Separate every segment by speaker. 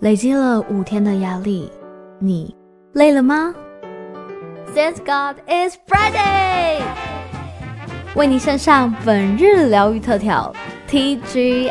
Speaker 1: 累积了五天的压力，你累了吗
Speaker 2: ？Thanks God it's Friday，
Speaker 1: 为你献上本日疗愈特调 TGIF。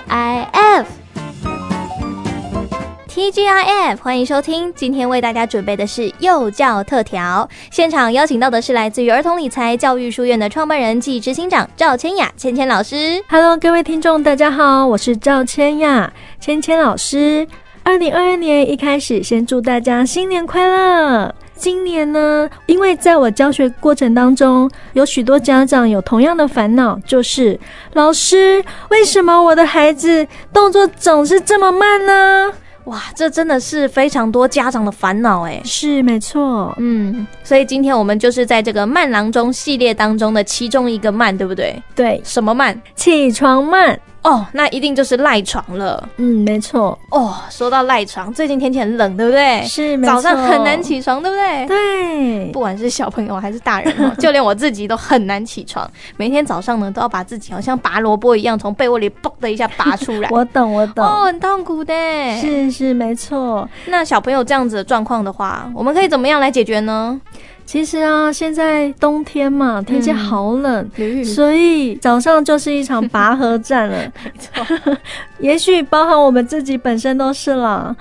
Speaker 2: TGIF，欢迎收听。今天为大家准备的是幼教特调，现场邀请到的是来自于儿童理财教育书院的创办人暨执行长赵千雅千千老师。
Speaker 3: Hello，各位听众，大家好，我是赵千雅千千老师。二零二二年一开始，先祝大家新年快乐。今年呢，因为在我教学过程当中，有许多家长有同样的烦恼，就是老师，为什么我的孩子动作总是这么慢呢？
Speaker 2: 哇，啊这真的是非常多家长的烦恼哎。
Speaker 3: 是没错，
Speaker 2: 嗯，所以今天我们就是在这个慢郎中系列当中的其中一个慢，对不对？
Speaker 3: 对，
Speaker 2: 什么慢？
Speaker 3: 起床慢，
Speaker 2: 哦，那一定就是赖床了。
Speaker 3: 嗯，没错，
Speaker 2: 哦，说到赖床，最近天气很冷，对不对？
Speaker 3: 是没错，
Speaker 2: 哎早上很难，起床，对不对？
Speaker 3: 对，
Speaker 2: 不管是小朋友还是大人
Speaker 3: ，
Speaker 2: 哦，就连我自己都很难起床。每天早上呢，都要把自己好像拔萝卜一样从被窝里嘣的一下拔出来
Speaker 3: 我懂，我懂，
Speaker 2: 哦，很痛苦的。
Speaker 3: 是是没错。
Speaker 2: 那小朋友这样子的状况的话，我们可以怎么样来解决呢？
Speaker 3: 其实啊，现在冬天嘛，天气
Speaker 2: 嗯
Speaker 3: 好冷，
Speaker 2: 没
Speaker 3: 所以早上就是一场拔河战了。
Speaker 2: 错，
Speaker 3: 也许包含我们自己本身都是啦，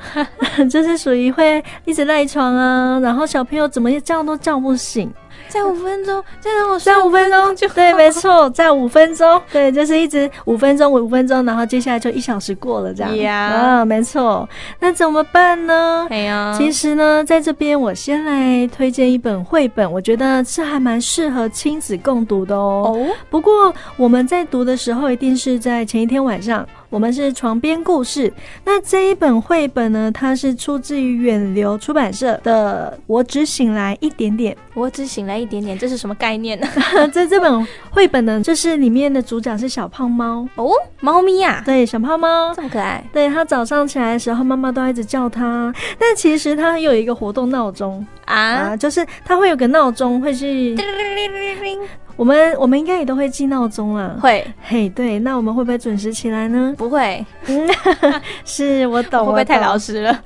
Speaker 3: 就是属于会一直赖床啊，然后小朋友怎么叫都叫不醒，
Speaker 2: 再五分钟，再让我睡
Speaker 3: 在五分钟
Speaker 2: 就
Speaker 3: 对，没错，在五分钟，对，就是一直五分钟五分钟，然后接下来就一小时过了这样。
Speaker 2: Yeah
Speaker 3: 啊，没错，那怎么办呢？
Speaker 2: 哎呀，
Speaker 3: 其实呢，在这边我先来推荐一本绘本，我觉得是还蛮适合亲子共读的哦。
Speaker 2: 哦，
Speaker 3: 不过我们在读的时候，一定是在前一天晚上，我们是床边故事。那这一本绘本呢，它是出自于远流出版社的《我只醒来一点 点
Speaker 2: 我只醒来一点点，这是什么概念呢？》。
Speaker 3: 这这本绘本呢，就是里面的主角是小胖猫，
Speaker 2: 哦，猫咪呀、
Speaker 3: 对，小胖猫。
Speaker 2: 这么可爱，
Speaker 3: 对它早上起来的时候，妈妈都一直叫它，但其实它有一个活动闹钟
Speaker 2: 啊，
Speaker 3: 啊，就是它会有个闹钟，会是我们我们应该也都会记闹钟啦。
Speaker 2: 会
Speaker 3: 嘿，对，那我们会不会准时起来呢？
Speaker 2: 不会？
Speaker 3: 是我懂，
Speaker 2: 会不会太老
Speaker 3: 实？
Speaker 2: 实了？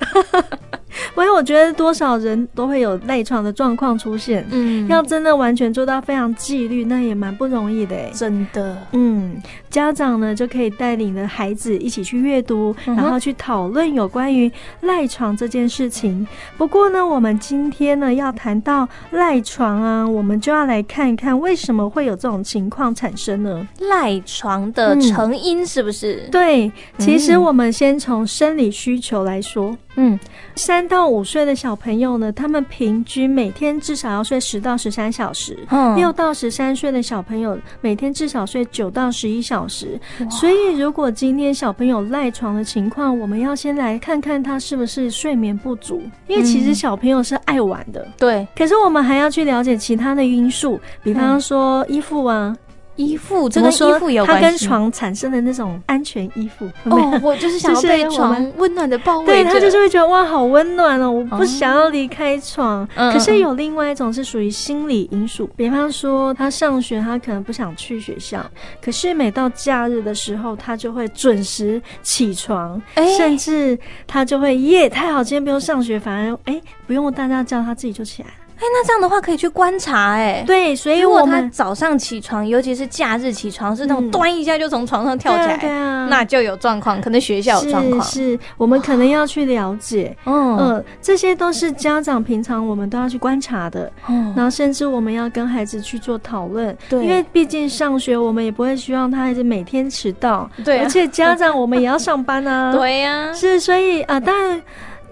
Speaker 3: 因为我觉得多少人都会有赖床的状况出现，
Speaker 2: 嗯
Speaker 3: 要真的完全做到非常纪律，那也蛮不容易的诶。
Speaker 2: 真的，
Speaker 3: 嗯，家长呢就可以带领着孩子一起去阅读，
Speaker 2: 嗯哼
Speaker 3: 然后去讨论有关于赖床这件事情。不过呢，我们今天呢要谈到赖床啊，我们就要来看一看为什么会有这种情况产生呢？
Speaker 2: 赖床的成因是不是？，
Speaker 3: 对，其实
Speaker 2: 嗯
Speaker 3: 我们先从生理需求来说，
Speaker 2: 嗯，
Speaker 3: 三到五岁的小朋友呢，他们平均每天至少要睡十到十三小时。
Speaker 2: 嗯
Speaker 3: 六到十三岁的小朋友每天至少睡九到十一小时，所以如果今天小朋友赖床的情况，我们要先来看看他是不是睡眠不足，因为其实
Speaker 2: 嗯
Speaker 3: 小朋友是爱玩的，
Speaker 2: 对
Speaker 3: 可是我们还要去了解其他的因素，比方
Speaker 2: 嗯
Speaker 3: 说衣服啊，
Speaker 2: 依附，这
Speaker 3: 怎么
Speaker 2: 跟
Speaker 3: 说
Speaker 2: 依附有
Speaker 3: 它
Speaker 2: 关系。
Speaker 3: 跟床产生的那种安全依附，有没有
Speaker 2: 哦，我就是想要
Speaker 3: 就是
Speaker 2: 被
Speaker 3: 我们
Speaker 2: 床温暖的包围
Speaker 3: 对
Speaker 2: 着。
Speaker 3: 他就是会觉得哇，好温暖哦，我不
Speaker 2: 哦
Speaker 3: 想要离开床。
Speaker 2: 嗯
Speaker 3: 可是有另外一种是属于心理因素，比方说他上学，他可能不想去学校，可是每到假日的时候，他就会准时起床，
Speaker 2: 哎
Speaker 3: 甚至他就会耶，太好，今天不用上学，反而哎不用大家叫他自己就起来了。
Speaker 2: 哎，那这样的话可以去观察哎。
Speaker 3: 对，所以
Speaker 2: 如果
Speaker 3: 我
Speaker 2: 他
Speaker 3: 们
Speaker 2: 早上起床，尤其是假日起床，是那种
Speaker 3: 嗯
Speaker 2: 端一下就从床上跳起
Speaker 3: 对啊
Speaker 2: 来，
Speaker 3: 对啊，
Speaker 2: 那就有状况，可能学校有状况。
Speaker 3: 是是，我们可能要去了解。
Speaker 2: 嗯
Speaker 3: 嗯，这些都是家长平常我们都要去观察的。
Speaker 2: 嗯，
Speaker 3: 然后甚至我们要跟孩子去做讨论，
Speaker 2: 对
Speaker 3: 因为毕竟上学我们也不会希望他孩子每天迟到，
Speaker 2: 对啊
Speaker 3: 而且家长我们也要上班啊，，
Speaker 2: 对呀，
Speaker 3: 是，所以啊、呃当然。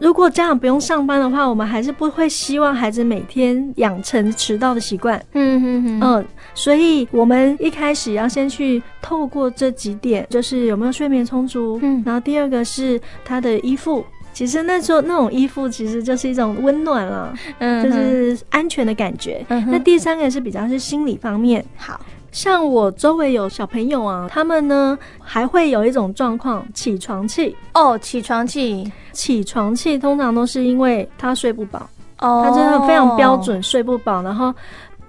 Speaker 3: 如果家长不用上班的话，我们还是不会希望孩子每天养成迟到的习惯。
Speaker 2: 嗯嗯嗯，
Speaker 3: 嗯，所以我们一开始要先去透过这几点，就是有没有睡眠充足，
Speaker 2: 嗯
Speaker 3: 然后第二个是他的依附。其实那时候那种依附其实就是一种温暖了，
Speaker 2: 嗯
Speaker 3: 就是安全的感觉。
Speaker 2: 嗯哼
Speaker 3: 那第三个是比较是心理方面，
Speaker 2: 好，
Speaker 3: 像我周围有小朋友啊，他们呢还会有一种状况，起床气。
Speaker 2: 哦，起床气，
Speaker 3: 起床气通常都是因为他睡不饱，
Speaker 2: 哦，
Speaker 3: 他真的非常标，准睡不饱，然后。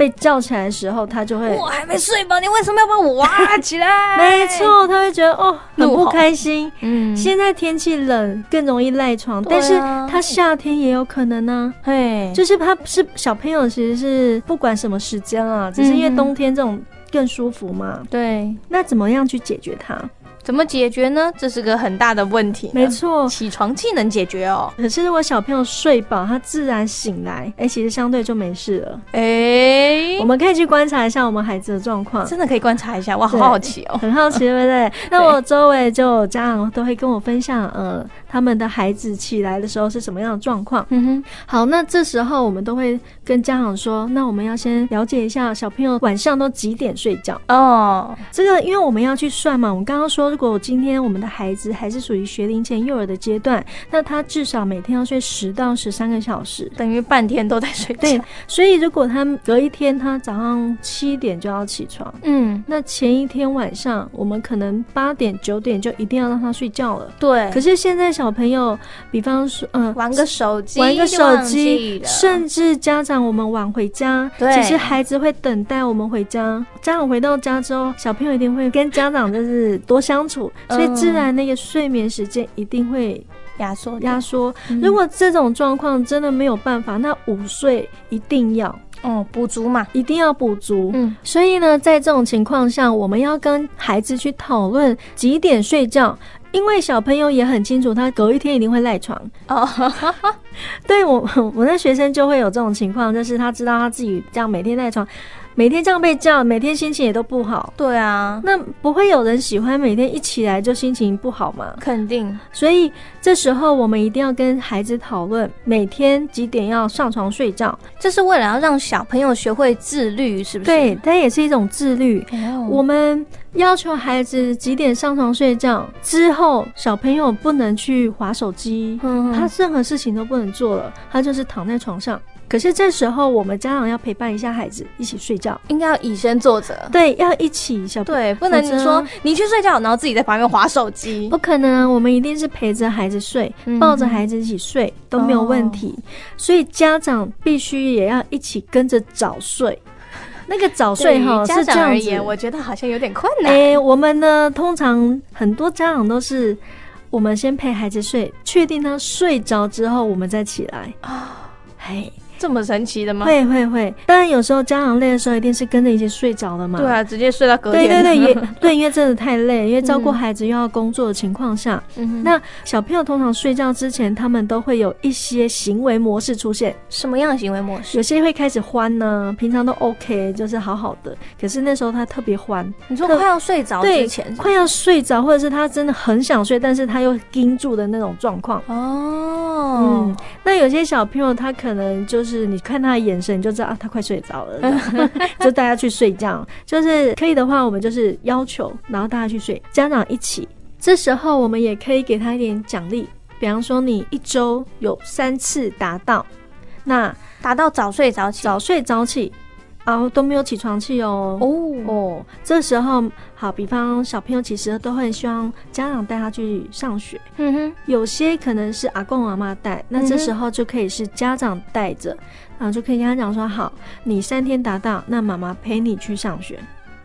Speaker 3: 被叫起来的时候，他就会
Speaker 2: 我还没睡饱，你为什么要把我挖起来？
Speaker 3: 没，错，他会觉得哦很
Speaker 2: 怒
Speaker 3: 不
Speaker 2: 吼
Speaker 3: 开心。
Speaker 2: 嗯，
Speaker 3: 现在天气冷，更容易赖床，
Speaker 2: 对啊
Speaker 3: 但是他夏天也有可能呢、
Speaker 2: 嘿，
Speaker 3: 就是他是小朋友，其实是不管什么时间啊，只是因为
Speaker 2: 嗯
Speaker 3: 冬天这种更舒服嘛。
Speaker 2: 对，
Speaker 3: 那怎么样去解决它？
Speaker 2: 怎么解决呢？这是个很大的问题。
Speaker 3: 没，错。
Speaker 2: 起床气能解决哦。
Speaker 3: 可是如果小朋友睡饱，他自然醒来，哎、其实相对就没事了。
Speaker 2: 哎
Speaker 3: 我，们可以去观察一下我们孩子的状况，
Speaker 2: 真的可以观察一下，哇，好好奇哦。
Speaker 3: 很好奇，对不对？那我周围就有家长都会跟我分享，呃，他们的孩子起来的时候是什么样的状况。
Speaker 2: 嗯哼，
Speaker 3: 好，那这时候我们都会跟家长说，那我们要先了解一下小朋友晚上都几点睡觉。
Speaker 2: 哦，
Speaker 3: 这个，因为我们要去算嘛。我们刚刚说，如果今天我们的孩子还是属于学龄前幼儿的阶段，那他至少每天要睡十到十三个小时。
Speaker 2: 等于半天都在睡觉。
Speaker 3: 对，所以如果他隔一天他早上七点就要起床，
Speaker 2: 嗯，
Speaker 3: 那前一天晚上，我们可能八点九点就一定要让他睡觉了。
Speaker 2: 对。
Speaker 3: 可是现在小朋友，比方说，嗯、
Speaker 2: 玩个手机，
Speaker 3: 玩个手机，
Speaker 2: 甚
Speaker 3: 甚至家长我们晚回家，
Speaker 2: 对
Speaker 3: 其实孩子会等待我们回家。家长回到家之后，小朋友一定会跟家长就是多相处，
Speaker 2: 嗯
Speaker 3: 所以自然那个睡眠时间一定会
Speaker 2: 压缩掉
Speaker 3: 压缩。
Speaker 2: 嗯
Speaker 3: 如果这种状况真的没有办法，那午睡一定要
Speaker 2: 哦补足嘛，
Speaker 3: 一定要补足。
Speaker 2: 嗯，
Speaker 3: 所以呢，在这种情况下，我们要跟孩子去讨论几点睡觉，因为小朋友也很清楚，他隔一天一定会赖床。
Speaker 2: 哦，
Speaker 3: 对我， 我那学生就会有这种情况，就是他知道他自己这样每天赖床，每天这样被叫，每天心情也都不好。
Speaker 2: 对啊，
Speaker 3: 那不会有人喜欢每天一起来就心情不好嘛？
Speaker 2: 肯定，
Speaker 3: 所以这时候我们一定要跟孩子讨论每天几点要上床睡觉。
Speaker 2: 这是为了要让小朋友学会自律，是不哦嗯是？
Speaker 3: 对，，它也是一种自律。我
Speaker 2: 我
Speaker 3: 们要求孩子几点上床睡觉之后，小朋友不能去划手机，他
Speaker 2: 嗯他
Speaker 3: 任何事情都不能做了，他就是躺在床上。可是这时候，我们家长要陪伴一下孩子，一起睡觉。
Speaker 2: 应该要以身作则，
Speaker 3: 对，要一起小朋友。
Speaker 2: 对，不能
Speaker 3: 否则
Speaker 2: 说你去睡觉，然后自己在旁边划手机嗯
Speaker 3: 不，可能啊，我们一定是陪着孩子睡，抱着孩
Speaker 2: 子，
Speaker 3: 子一起睡都
Speaker 2: 哦
Speaker 3: 没有问题。所以家长必须也要一起跟着早睡。那个早睡
Speaker 2: 对
Speaker 3: 哈
Speaker 2: 于家
Speaker 3: 是这
Speaker 2: 长
Speaker 3: 样
Speaker 2: 而
Speaker 3: 子，
Speaker 2: 言，我觉得好像有点困难。
Speaker 3: 哎、我们呢，通常很多家长都是，我们先陪孩子睡，确定他睡着之后，我们再起来。
Speaker 2: 啊，
Speaker 3: 哎，
Speaker 2: 这么神奇的吗？
Speaker 3: 会会会。当然，有时候家长累的时候，一定是跟着一起睡着了嘛。
Speaker 2: 对。啊，直接睡到隔
Speaker 3: 对
Speaker 2: 天。
Speaker 3: 对对，也 对，因为真的太累，因为照顾
Speaker 2: 嗯
Speaker 3: 孩子又要工作的情况下，
Speaker 2: 嗯
Speaker 3: 那小朋友通常睡觉之前，他们都会有一些行为模式出现，
Speaker 2: 什么样的行为模式？
Speaker 3: 有些会开始欢呢、平常都 OK，就是好好的，可是那时候他特别欢，
Speaker 2: 你说快要睡着
Speaker 3: 对
Speaker 2: 之前，
Speaker 3: 快要睡着，或者是他真的很想睡，但是他又盯住的那种状况。
Speaker 2: 哦
Speaker 3: 嗯，，那有些小朋友他可能就是你看他的眼神你就知道啊，他快睡着了，这 样就带他去睡觉。就是可以的话，我们就是要求，然后大家去睡，家长一起。这时候我们也可以给他一点奖励，比方说你一周有三次达到，那
Speaker 2: 达到早睡早起
Speaker 3: 早睡早起，然后都没有起床气哦。
Speaker 2: 哦，
Speaker 3: 哦，这时候好，比方小朋友其实都很希望家长带他去上学，
Speaker 2: 嗯哼，
Speaker 3: 有些可能是阿公阿妈带，那
Speaker 2: 嗯
Speaker 3: 这
Speaker 2: 哼
Speaker 3: 时候就可以是家长带着，然后就可以跟他讲说，好，你三天达到，那妈妈陪你去上学。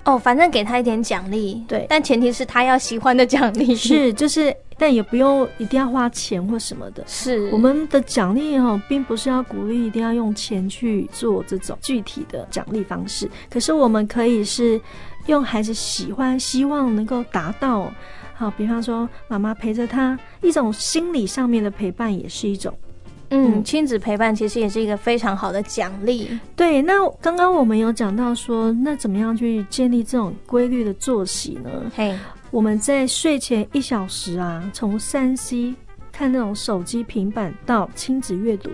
Speaker 2: 哦，反正给他一点奖励，
Speaker 3: 对
Speaker 2: 但前提是他要喜欢的奖励，
Speaker 3: 是，就是，但也不用一定要花钱或什么的。
Speaker 2: 是，
Speaker 3: 我们的奖励哦，并不是要鼓励一定要用钱去做这种具体的奖励方式，可是我们可以是用孩子喜欢、希望能够达到。好，比方说妈妈陪着他，一种心理上面的陪伴也是一种。
Speaker 2: 嗯，
Speaker 3: 嗯
Speaker 2: 亲子陪伴其实也是一个非常好的奖励，
Speaker 3: 对，那刚刚我们有讲到说，那怎么样去建立这种规律的作息呢？
Speaker 2: 嘿，
Speaker 3: 我们在睡前一小时啊，从三 C 看那种手机、平板到亲子阅读，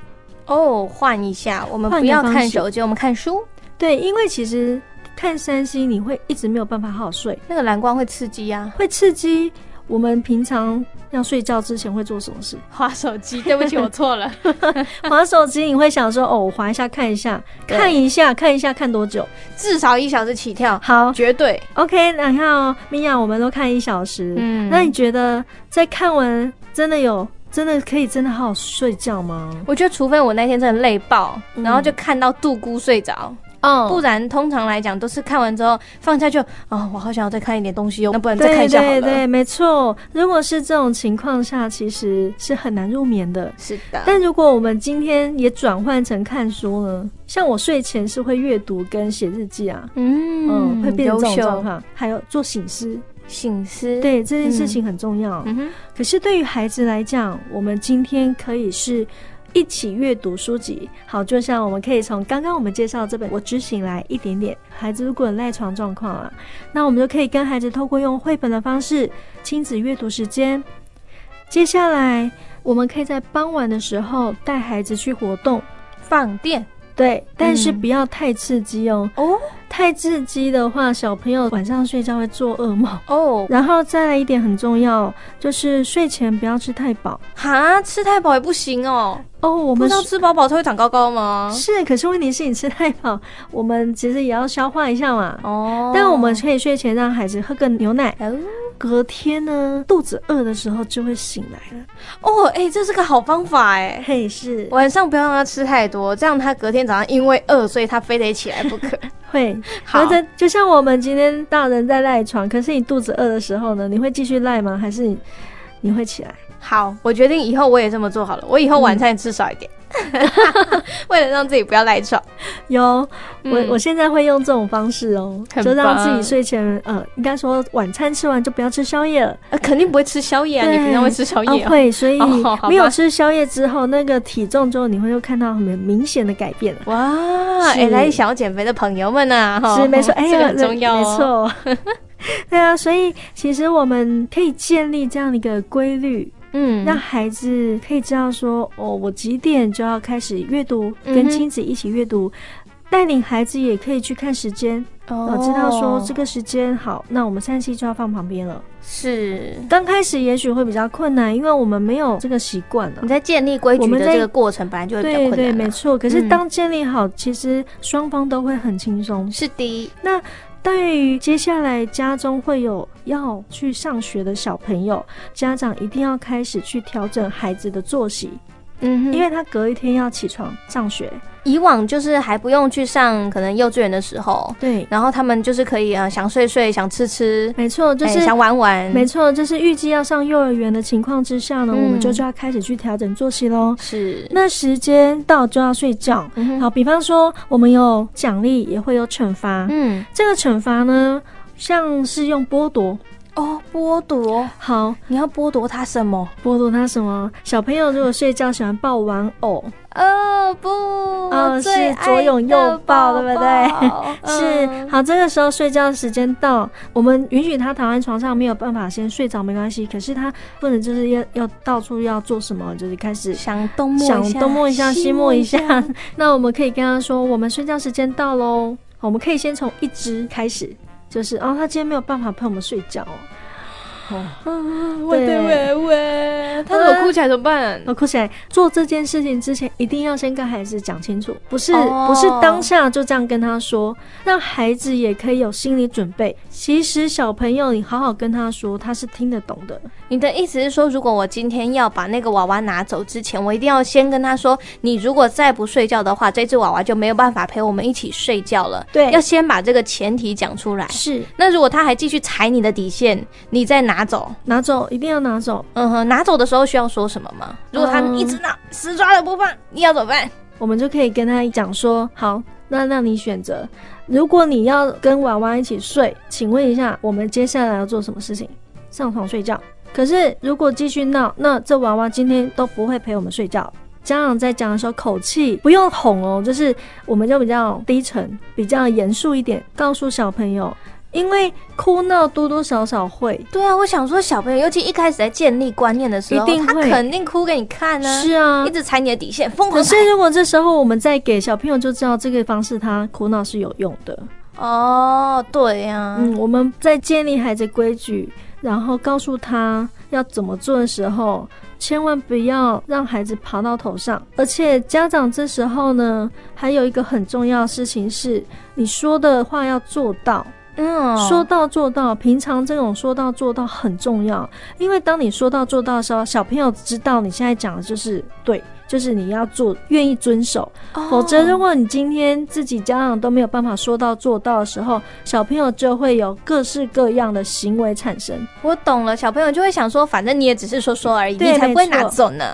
Speaker 2: 哦，换一下，我们
Speaker 3: 换
Speaker 2: 不
Speaker 3: 一个
Speaker 2: 要
Speaker 3: 方
Speaker 2: 看
Speaker 3: 式
Speaker 2: 手机，我们看书，
Speaker 3: 对，因为其实看三 C 你会一直没有办法好好睡，
Speaker 2: 那个蓝光会刺激啊呀、
Speaker 3: 会刺激我们平常要睡觉之前会做什么 事？
Speaker 2: 划手机，对不起，我错了，
Speaker 3: 滑手机你会想说哦，我滑一下看一下，
Speaker 2: 对
Speaker 3: 看一下看一下看多久？
Speaker 2: 至少一小时起跳，
Speaker 3: 好
Speaker 2: 绝对，
Speaker 3: ，OK，然后米娅我们都看一小时，
Speaker 2: 嗯
Speaker 3: 那你觉得在看完真的有真的可以真的好好睡觉吗？
Speaker 2: 我觉得除非我那天真的累爆，
Speaker 3: 嗯
Speaker 2: 然后就看到杜姑睡着，
Speaker 3: 哦
Speaker 2: 不然通常来讲都是看完之后放下就哦，我好想要再看一点东西哦，那不然再看一下好了。
Speaker 3: 对对对，没错。如果是这种情况下，其实是很难入眠的。
Speaker 2: 是的，
Speaker 3: 但如果我们今天也转换成看书呢？像我睡前是会阅读跟写日记啊，
Speaker 2: 嗯
Speaker 3: 嗯，会变成
Speaker 2: 优
Speaker 3: 这种状
Speaker 2: 秀，
Speaker 3: 况。还有做醒狮，
Speaker 2: 醒思，，
Speaker 3: 对这件事情很重要。
Speaker 2: 嗯哼，
Speaker 3: 可是对于孩子来讲，我们今天可以是一起阅读书籍。好，就像我们可以从刚刚我们介绍这本《我只醒来一点点》，孩子如果有赖床状况啊，那我们就可以跟孩子透过用绘本的方式亲子阅读时间。接下来，我们可以在傍晚的时候带孩子去活动，
Speaker 2: 放电
Speaker 3: 对，但是
Speaker 2: 嗯
Speaker 3: 不要太刺激哦。
Speaker 2: 哦
Speaker 3: 太刺激的话，小朋友晚上睡觉会做噩梦。
Speaker 2: 哦，
Speaker 3: 然后再来一点很重要，哦就是睡前不要吃太饱。
Speaker 2: 哈，吃太饱也不行哦，
Speaker 3: 哦，我
Speaker 2: 不
Speaker 3: 们
Speaker 2: 知道
Speaker 3: 是
Speaker 2: 吃饱饱它会长高高吗？
Speaker 3: 是，可是问题是你吃太饱， 我们其实也要消化一下嘛。
Speaker 2: 哦，
Speaker 3: 但我们可以睡前让孩子喝个牛奶，隔天呢肚子饿的时候就会醒来了。
Speaker 2: 哦，哎、这是个好方法哎。
Speaker 3: 嘿，是
Speaker 2: 晚上不要让他吃太多，这样他隔天早上因为饿，所以他非得起来不 可。
Speaker 3: 会。
Speaker 2: 好
Speaker 3: 的，就像我们今天大人在赖床，可是你肚子饿的时候呢，你会继续赖吗？还是你你会起来？
Speaker 2: 好，我决定以后我也这么做好了。我以后晚餐吃少一 点，为了让自己不要赖床。
Speaker 3: 有，我、
Speaker 2: 嗯
Speaker 3: 我现在会用这种方式哦，
Speaker 2: 很
Speaker 3: 就让自
Speaker 2: 棒
Speaker 3: 己睡前呃，应该说晚餐吃完就不要吃宵夜了。
Speaker 2: 呃肯定不会吃宵夜啊，你
Speaker 3: 对
Speaker 2: 平常会吃宵
Speaker 3: 哦
Speaker 2: 夜、，啊？
Speaker 3: 会，所以
Speaker 2: 哦好吧
Speaker 3: 没有吃宵夜之后，那个体重之后，你会就看到很明显的改变了。
Speaker 2: 哇，
Speaker 3: 是
Speaker 2: 哎、来想要减肥的朋友们啊，哈
Speaker 3: 是没错，哎
Speaker 2: 这个
Speaker 3: 呀，
Speaker 2: 很重要、哦
Speaker 3: 没，错。 对啊，所以其实我们可以建立这样的一个规律，
Speaker 2: 嗯，
Speaker 3: 让孩子可以知道说，哦，我几点就要开始阅读，
Speaker 2: 嗯
Speaker 3: 跟
Speaker 2: 哼
Speaker 3: 亲子一起阅读，带领孩子也可以去看时间，
Speaker 2: 哦
Speaker 3: 我知道说这个时间好，那我们三七就要放旁边了。
Speaker 2: 是
Speaker 3: 刚开始也许会比较困难，因为我们没有这个习惯啊
Speaker 2: 你。在建立规
Speaker 3: 我
Speaker 2: 矩
Speaker 3: 们
Speaker 2: 的
Speaker 3: 在
Speaker 2: 这个过程，本来就会比较
Speaker 3: 对
Speaker 2: 困难、
Speaker 3: 对，没，错。可是
Speaker 2: 嗯
Speaker 3: 当建立好，其实双方都会很轻松。
Speaker 2: 是的，
Speaker 3: 对于接下来家中会有要去上学的小朋友，家长一定要开始去调整孩子的作息，
Speaker 2: 嗯哼
Speaker 3: 因为他隔一天要起床上学。
Speaker 2: 以往就是还不用去上可能幼稚园的时候，
Speaker 3: 对，
Speaker 2: 然后他们就是可以啊、呃想睡睡，想吃吃，
Speaker 3: 没错，就
Speaker 2: 哎
Speaker 3: 是
Speaker 2: 想玩玩，
Speaker 3: 没错，就是预计要上幼儿园的情况之下呢，我们
Speaker 2: 嗯
Speaker 3: 就就要开始去调整作息喽。
Speaker 2: 是，
Speaker 3: 那时间到就要睡觉。
Speaker 2: 嗯哼
Speaker 3: 好，比方说我们有奖励，也会有惩罚。
Speaker 2: 嗯，
Speaker 3: 这个惩罚呢，像是用剥夺。
Speaker 2: 哦，剥夺，
Speaker 3: 好，
Speaker 2: 你要剥夺他什么？
Speaker 3: 剥夺他什么？小朋友如果睡觉喜欢抱玩偶，
Speaker 2: 哦不，
Speaker 3: 哦
Speaker 2: 哦
Speaker 3: 是左拥右抱对不对
Speaker 2: 嗯
Speaker 3: 是好。这个时候睡觉时间到，我们允许他躺在床上，没有办法先睡着没关系。可是他不能就是要要到处要做什么，就是开始。
Speaker 2: 想东摸
Speaker 3: 想
Speaker 2: 一下。
Speaker 3: 东摸一下，西摸一下 那我们可以跟他说，我们睡觉时间到喽。我们可以先从一只开始，就是哦，他今天没有办法陪我们睡觉哦。
Speaker 2: 嗯，
Speaker 3: 喂
Speaker 2: 喂
Speaker 3: 对喂
Speaker 2: 喂喂，他
Speaker 3: 如
Speaker 2: 如
Speaker 3: 果
Speaker 2: 果
Speaker 3: 哭
Speaker 2: 哭起来怎么办？
Speaker 3: 那哭起来呃做这件事情之前，一定要先跟孩子讲清楚，不是、
Speaker 2: 哦
Speaker 3: 不是当下就这样跟他说，让孩子也可以有心理准备。其实小朋友，你好好跟他说，他是听得懂的。
Speaker 2: 你的意思是说，如果我今天要把那个娃娃拿走之前，我一定要先跟他说，你如果再不睡觉的话，这只娃娃就没有办法陪我们一起睡觉了。
Speaker 3: 对
Speaker 2: 要先把这个前提讲出来。
Speaker 3: 是
Speaker 2: 那如果他还继续踩你的底线，你再拿走，
Speaker 3: 拿走，一定要拿走。
Speaker 2: 嗯哼，拿走的时候需要说什么吗？如果他
Speaker 3: 嗯
Speaker 2: 一直拿、死抓着不放，你要怎么办？
Speaker 3: 我们就可以跟他讲说，好，那让你选择，如果你要跟娃娃一起睡，请问一下，我们接下来要做什么事情？上床睡觉。可是如果继续闹，那这娃娃今天都不会陪我们睡觉。家长在讲的时候，口气不用哄哦，就是我们就比较低沉、比较严肃一点，告诉小朋友，因为哭闹多多少少会，
Speaker 2: 对啊，我想说小朋友，尤其一开始在建立观念的时候，
Speaker 3: 一定
Speaker 2: 他
Speaker 3: 会
Speaker 2: 肯定哭给你看呢、啊，
Speaker 3: 是啊
Speaker 2: 一。直踩你的底线，疯
Speaker 3: 可
Speaker 2: 狂踩
Speaker 3: 是如果这时候我们再给小朋友就知道这个方式，他哭闹是有用的。
Speaker 2: 哦，对呀、
Speaker 3: 嗯，我们在建立孩子规矩，然后告诉他要怎么做的时候，千万不要让孩子爬到头上。而且家长这时候呢，还有一个很重要的事情是，你说的话要做到，
Speaker 2: 嗯
Speaker 3: 说到做到。平常这种说到做到很重要，因为当你说到做到的时候，小朋友知道你现在讲的就是对，就是你要做，愿意遵守。
Speaker 2: 哦
Speaker 3: 否则，如果你今天自己家长都没有办法说到做到的时候，小朋友就会有各式各样的行为产生。
Speaker 2: 我懂了，小朋友就会想说，反正你也只是说说而已，
Speaker 3: 对
Speaker 2: 你才不会
Speaker 3: 没错
Speaker 2: 拿走呢。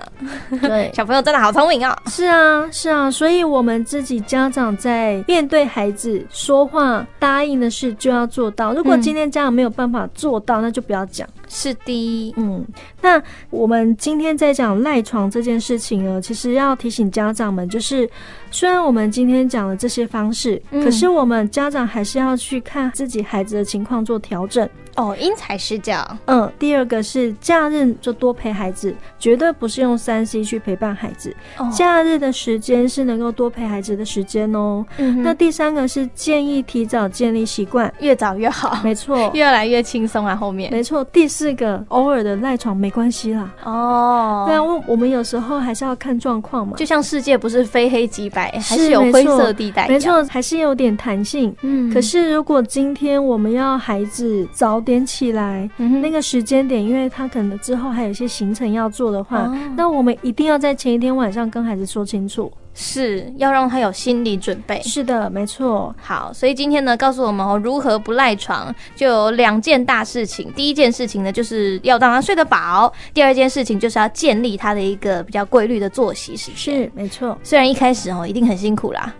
Speaker 3: 对，
Speaker 2: 小朋友真的好聪明哦。
Speaker 3: 是啊，是啊，所以我们自己家长在面对孩子说话答应的事就要做到。如果
Speaker 2: 嗯
Speaker 3: 今天家长没有办法做到，那就不要讲。
Speaker 2: 是的，
Speaker 3: 嗯，那我们今天在讲赖床这件事情哦呢，其实要提醒家长们，就是虽然我们今天讲了这些方式，
Speaker 2: 嗯
Speaker 3: 可是我们家长还是要去看自己孩子的情况做调整。
Speaker 2: 哦，因材施教。
Speaker 3: 嗯，第二个是假日就多陪孩子，绝对不是用三 C 去陪伴孩子，
Speaker 2: 哦
Speaker 3: 假日的时间是能够多陪孩子的时间哦。
Speaker 2: 嗯
Speaker 3: 那
Speaker 2: 那
Speaker 3: 第三个是建议提早建立习惯，
Speaker 2: 越早越好，
Speaker 3: 没错，
Speaker 2: 越来越轻松啊。后面
Speaker 3: 没错。第四个偶尔的赖床没关系啦。
Speaker 2: 哦
Speaker 3: 对啊，我我们有时候还是要看状况嘛。
Speaker 2: 就像世界不是非黑即白，还
Speaker 3: 是
Speaker 2: 是有
Speaker 3: 没
Speaker 2: 灰
Speaker 3: 错
Speaker 2: 色地带。
Speaker 3: 没，错，还是有点弹性。
Speaker 2: 嗯
Speaker 3: 可是如果今天我们要孩子早点起来，那
Speaker 2: 那
Speaker 3: 个时间点，因为他可能之后还有一些行程要做的话，
Speaker 2: 哦
Speaker 3: 那我们一定要在前一天晚上跟孩子说清楚。
Speaker 2: 是要让他有心理准备。
Speaker 3: 是的，没错。
Speaker 2: 好，所以今天呢，告诉我们哦，如何不赖床，就有两件大事情。第一件事情呢，就是要让他睡得饱；第二件事情就是要建立他的一个比较规律的作息时间。
Speaker 3: 是 没错，
Speaker 2: 虽然一开始哦，一定很辛苦啦，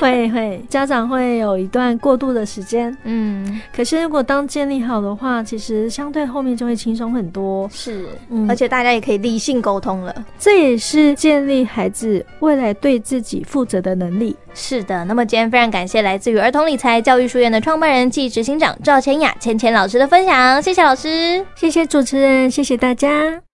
Speaker 3: 会会，家长会有一段过渡的时间。
Speaker 2: 嗯，
Speaker 3: 可是如果当建立好的话，其实相对后面就会轻松很多。
Speaker 2: 是，
Speaker 3: 嗯
Speaker 2: 而且大家也可以理性沟通了。
Speaker 3: 这也是建立孩子未来对自己负责的能力。
Speaker 2: 是的，那么今天非常感谢来自于儿童理财教育书院的创办人暨执行长赵千雅、芊芊老师的分享，谢谢老师。
Speaker 3: 谢谢主持人，谢谢大家。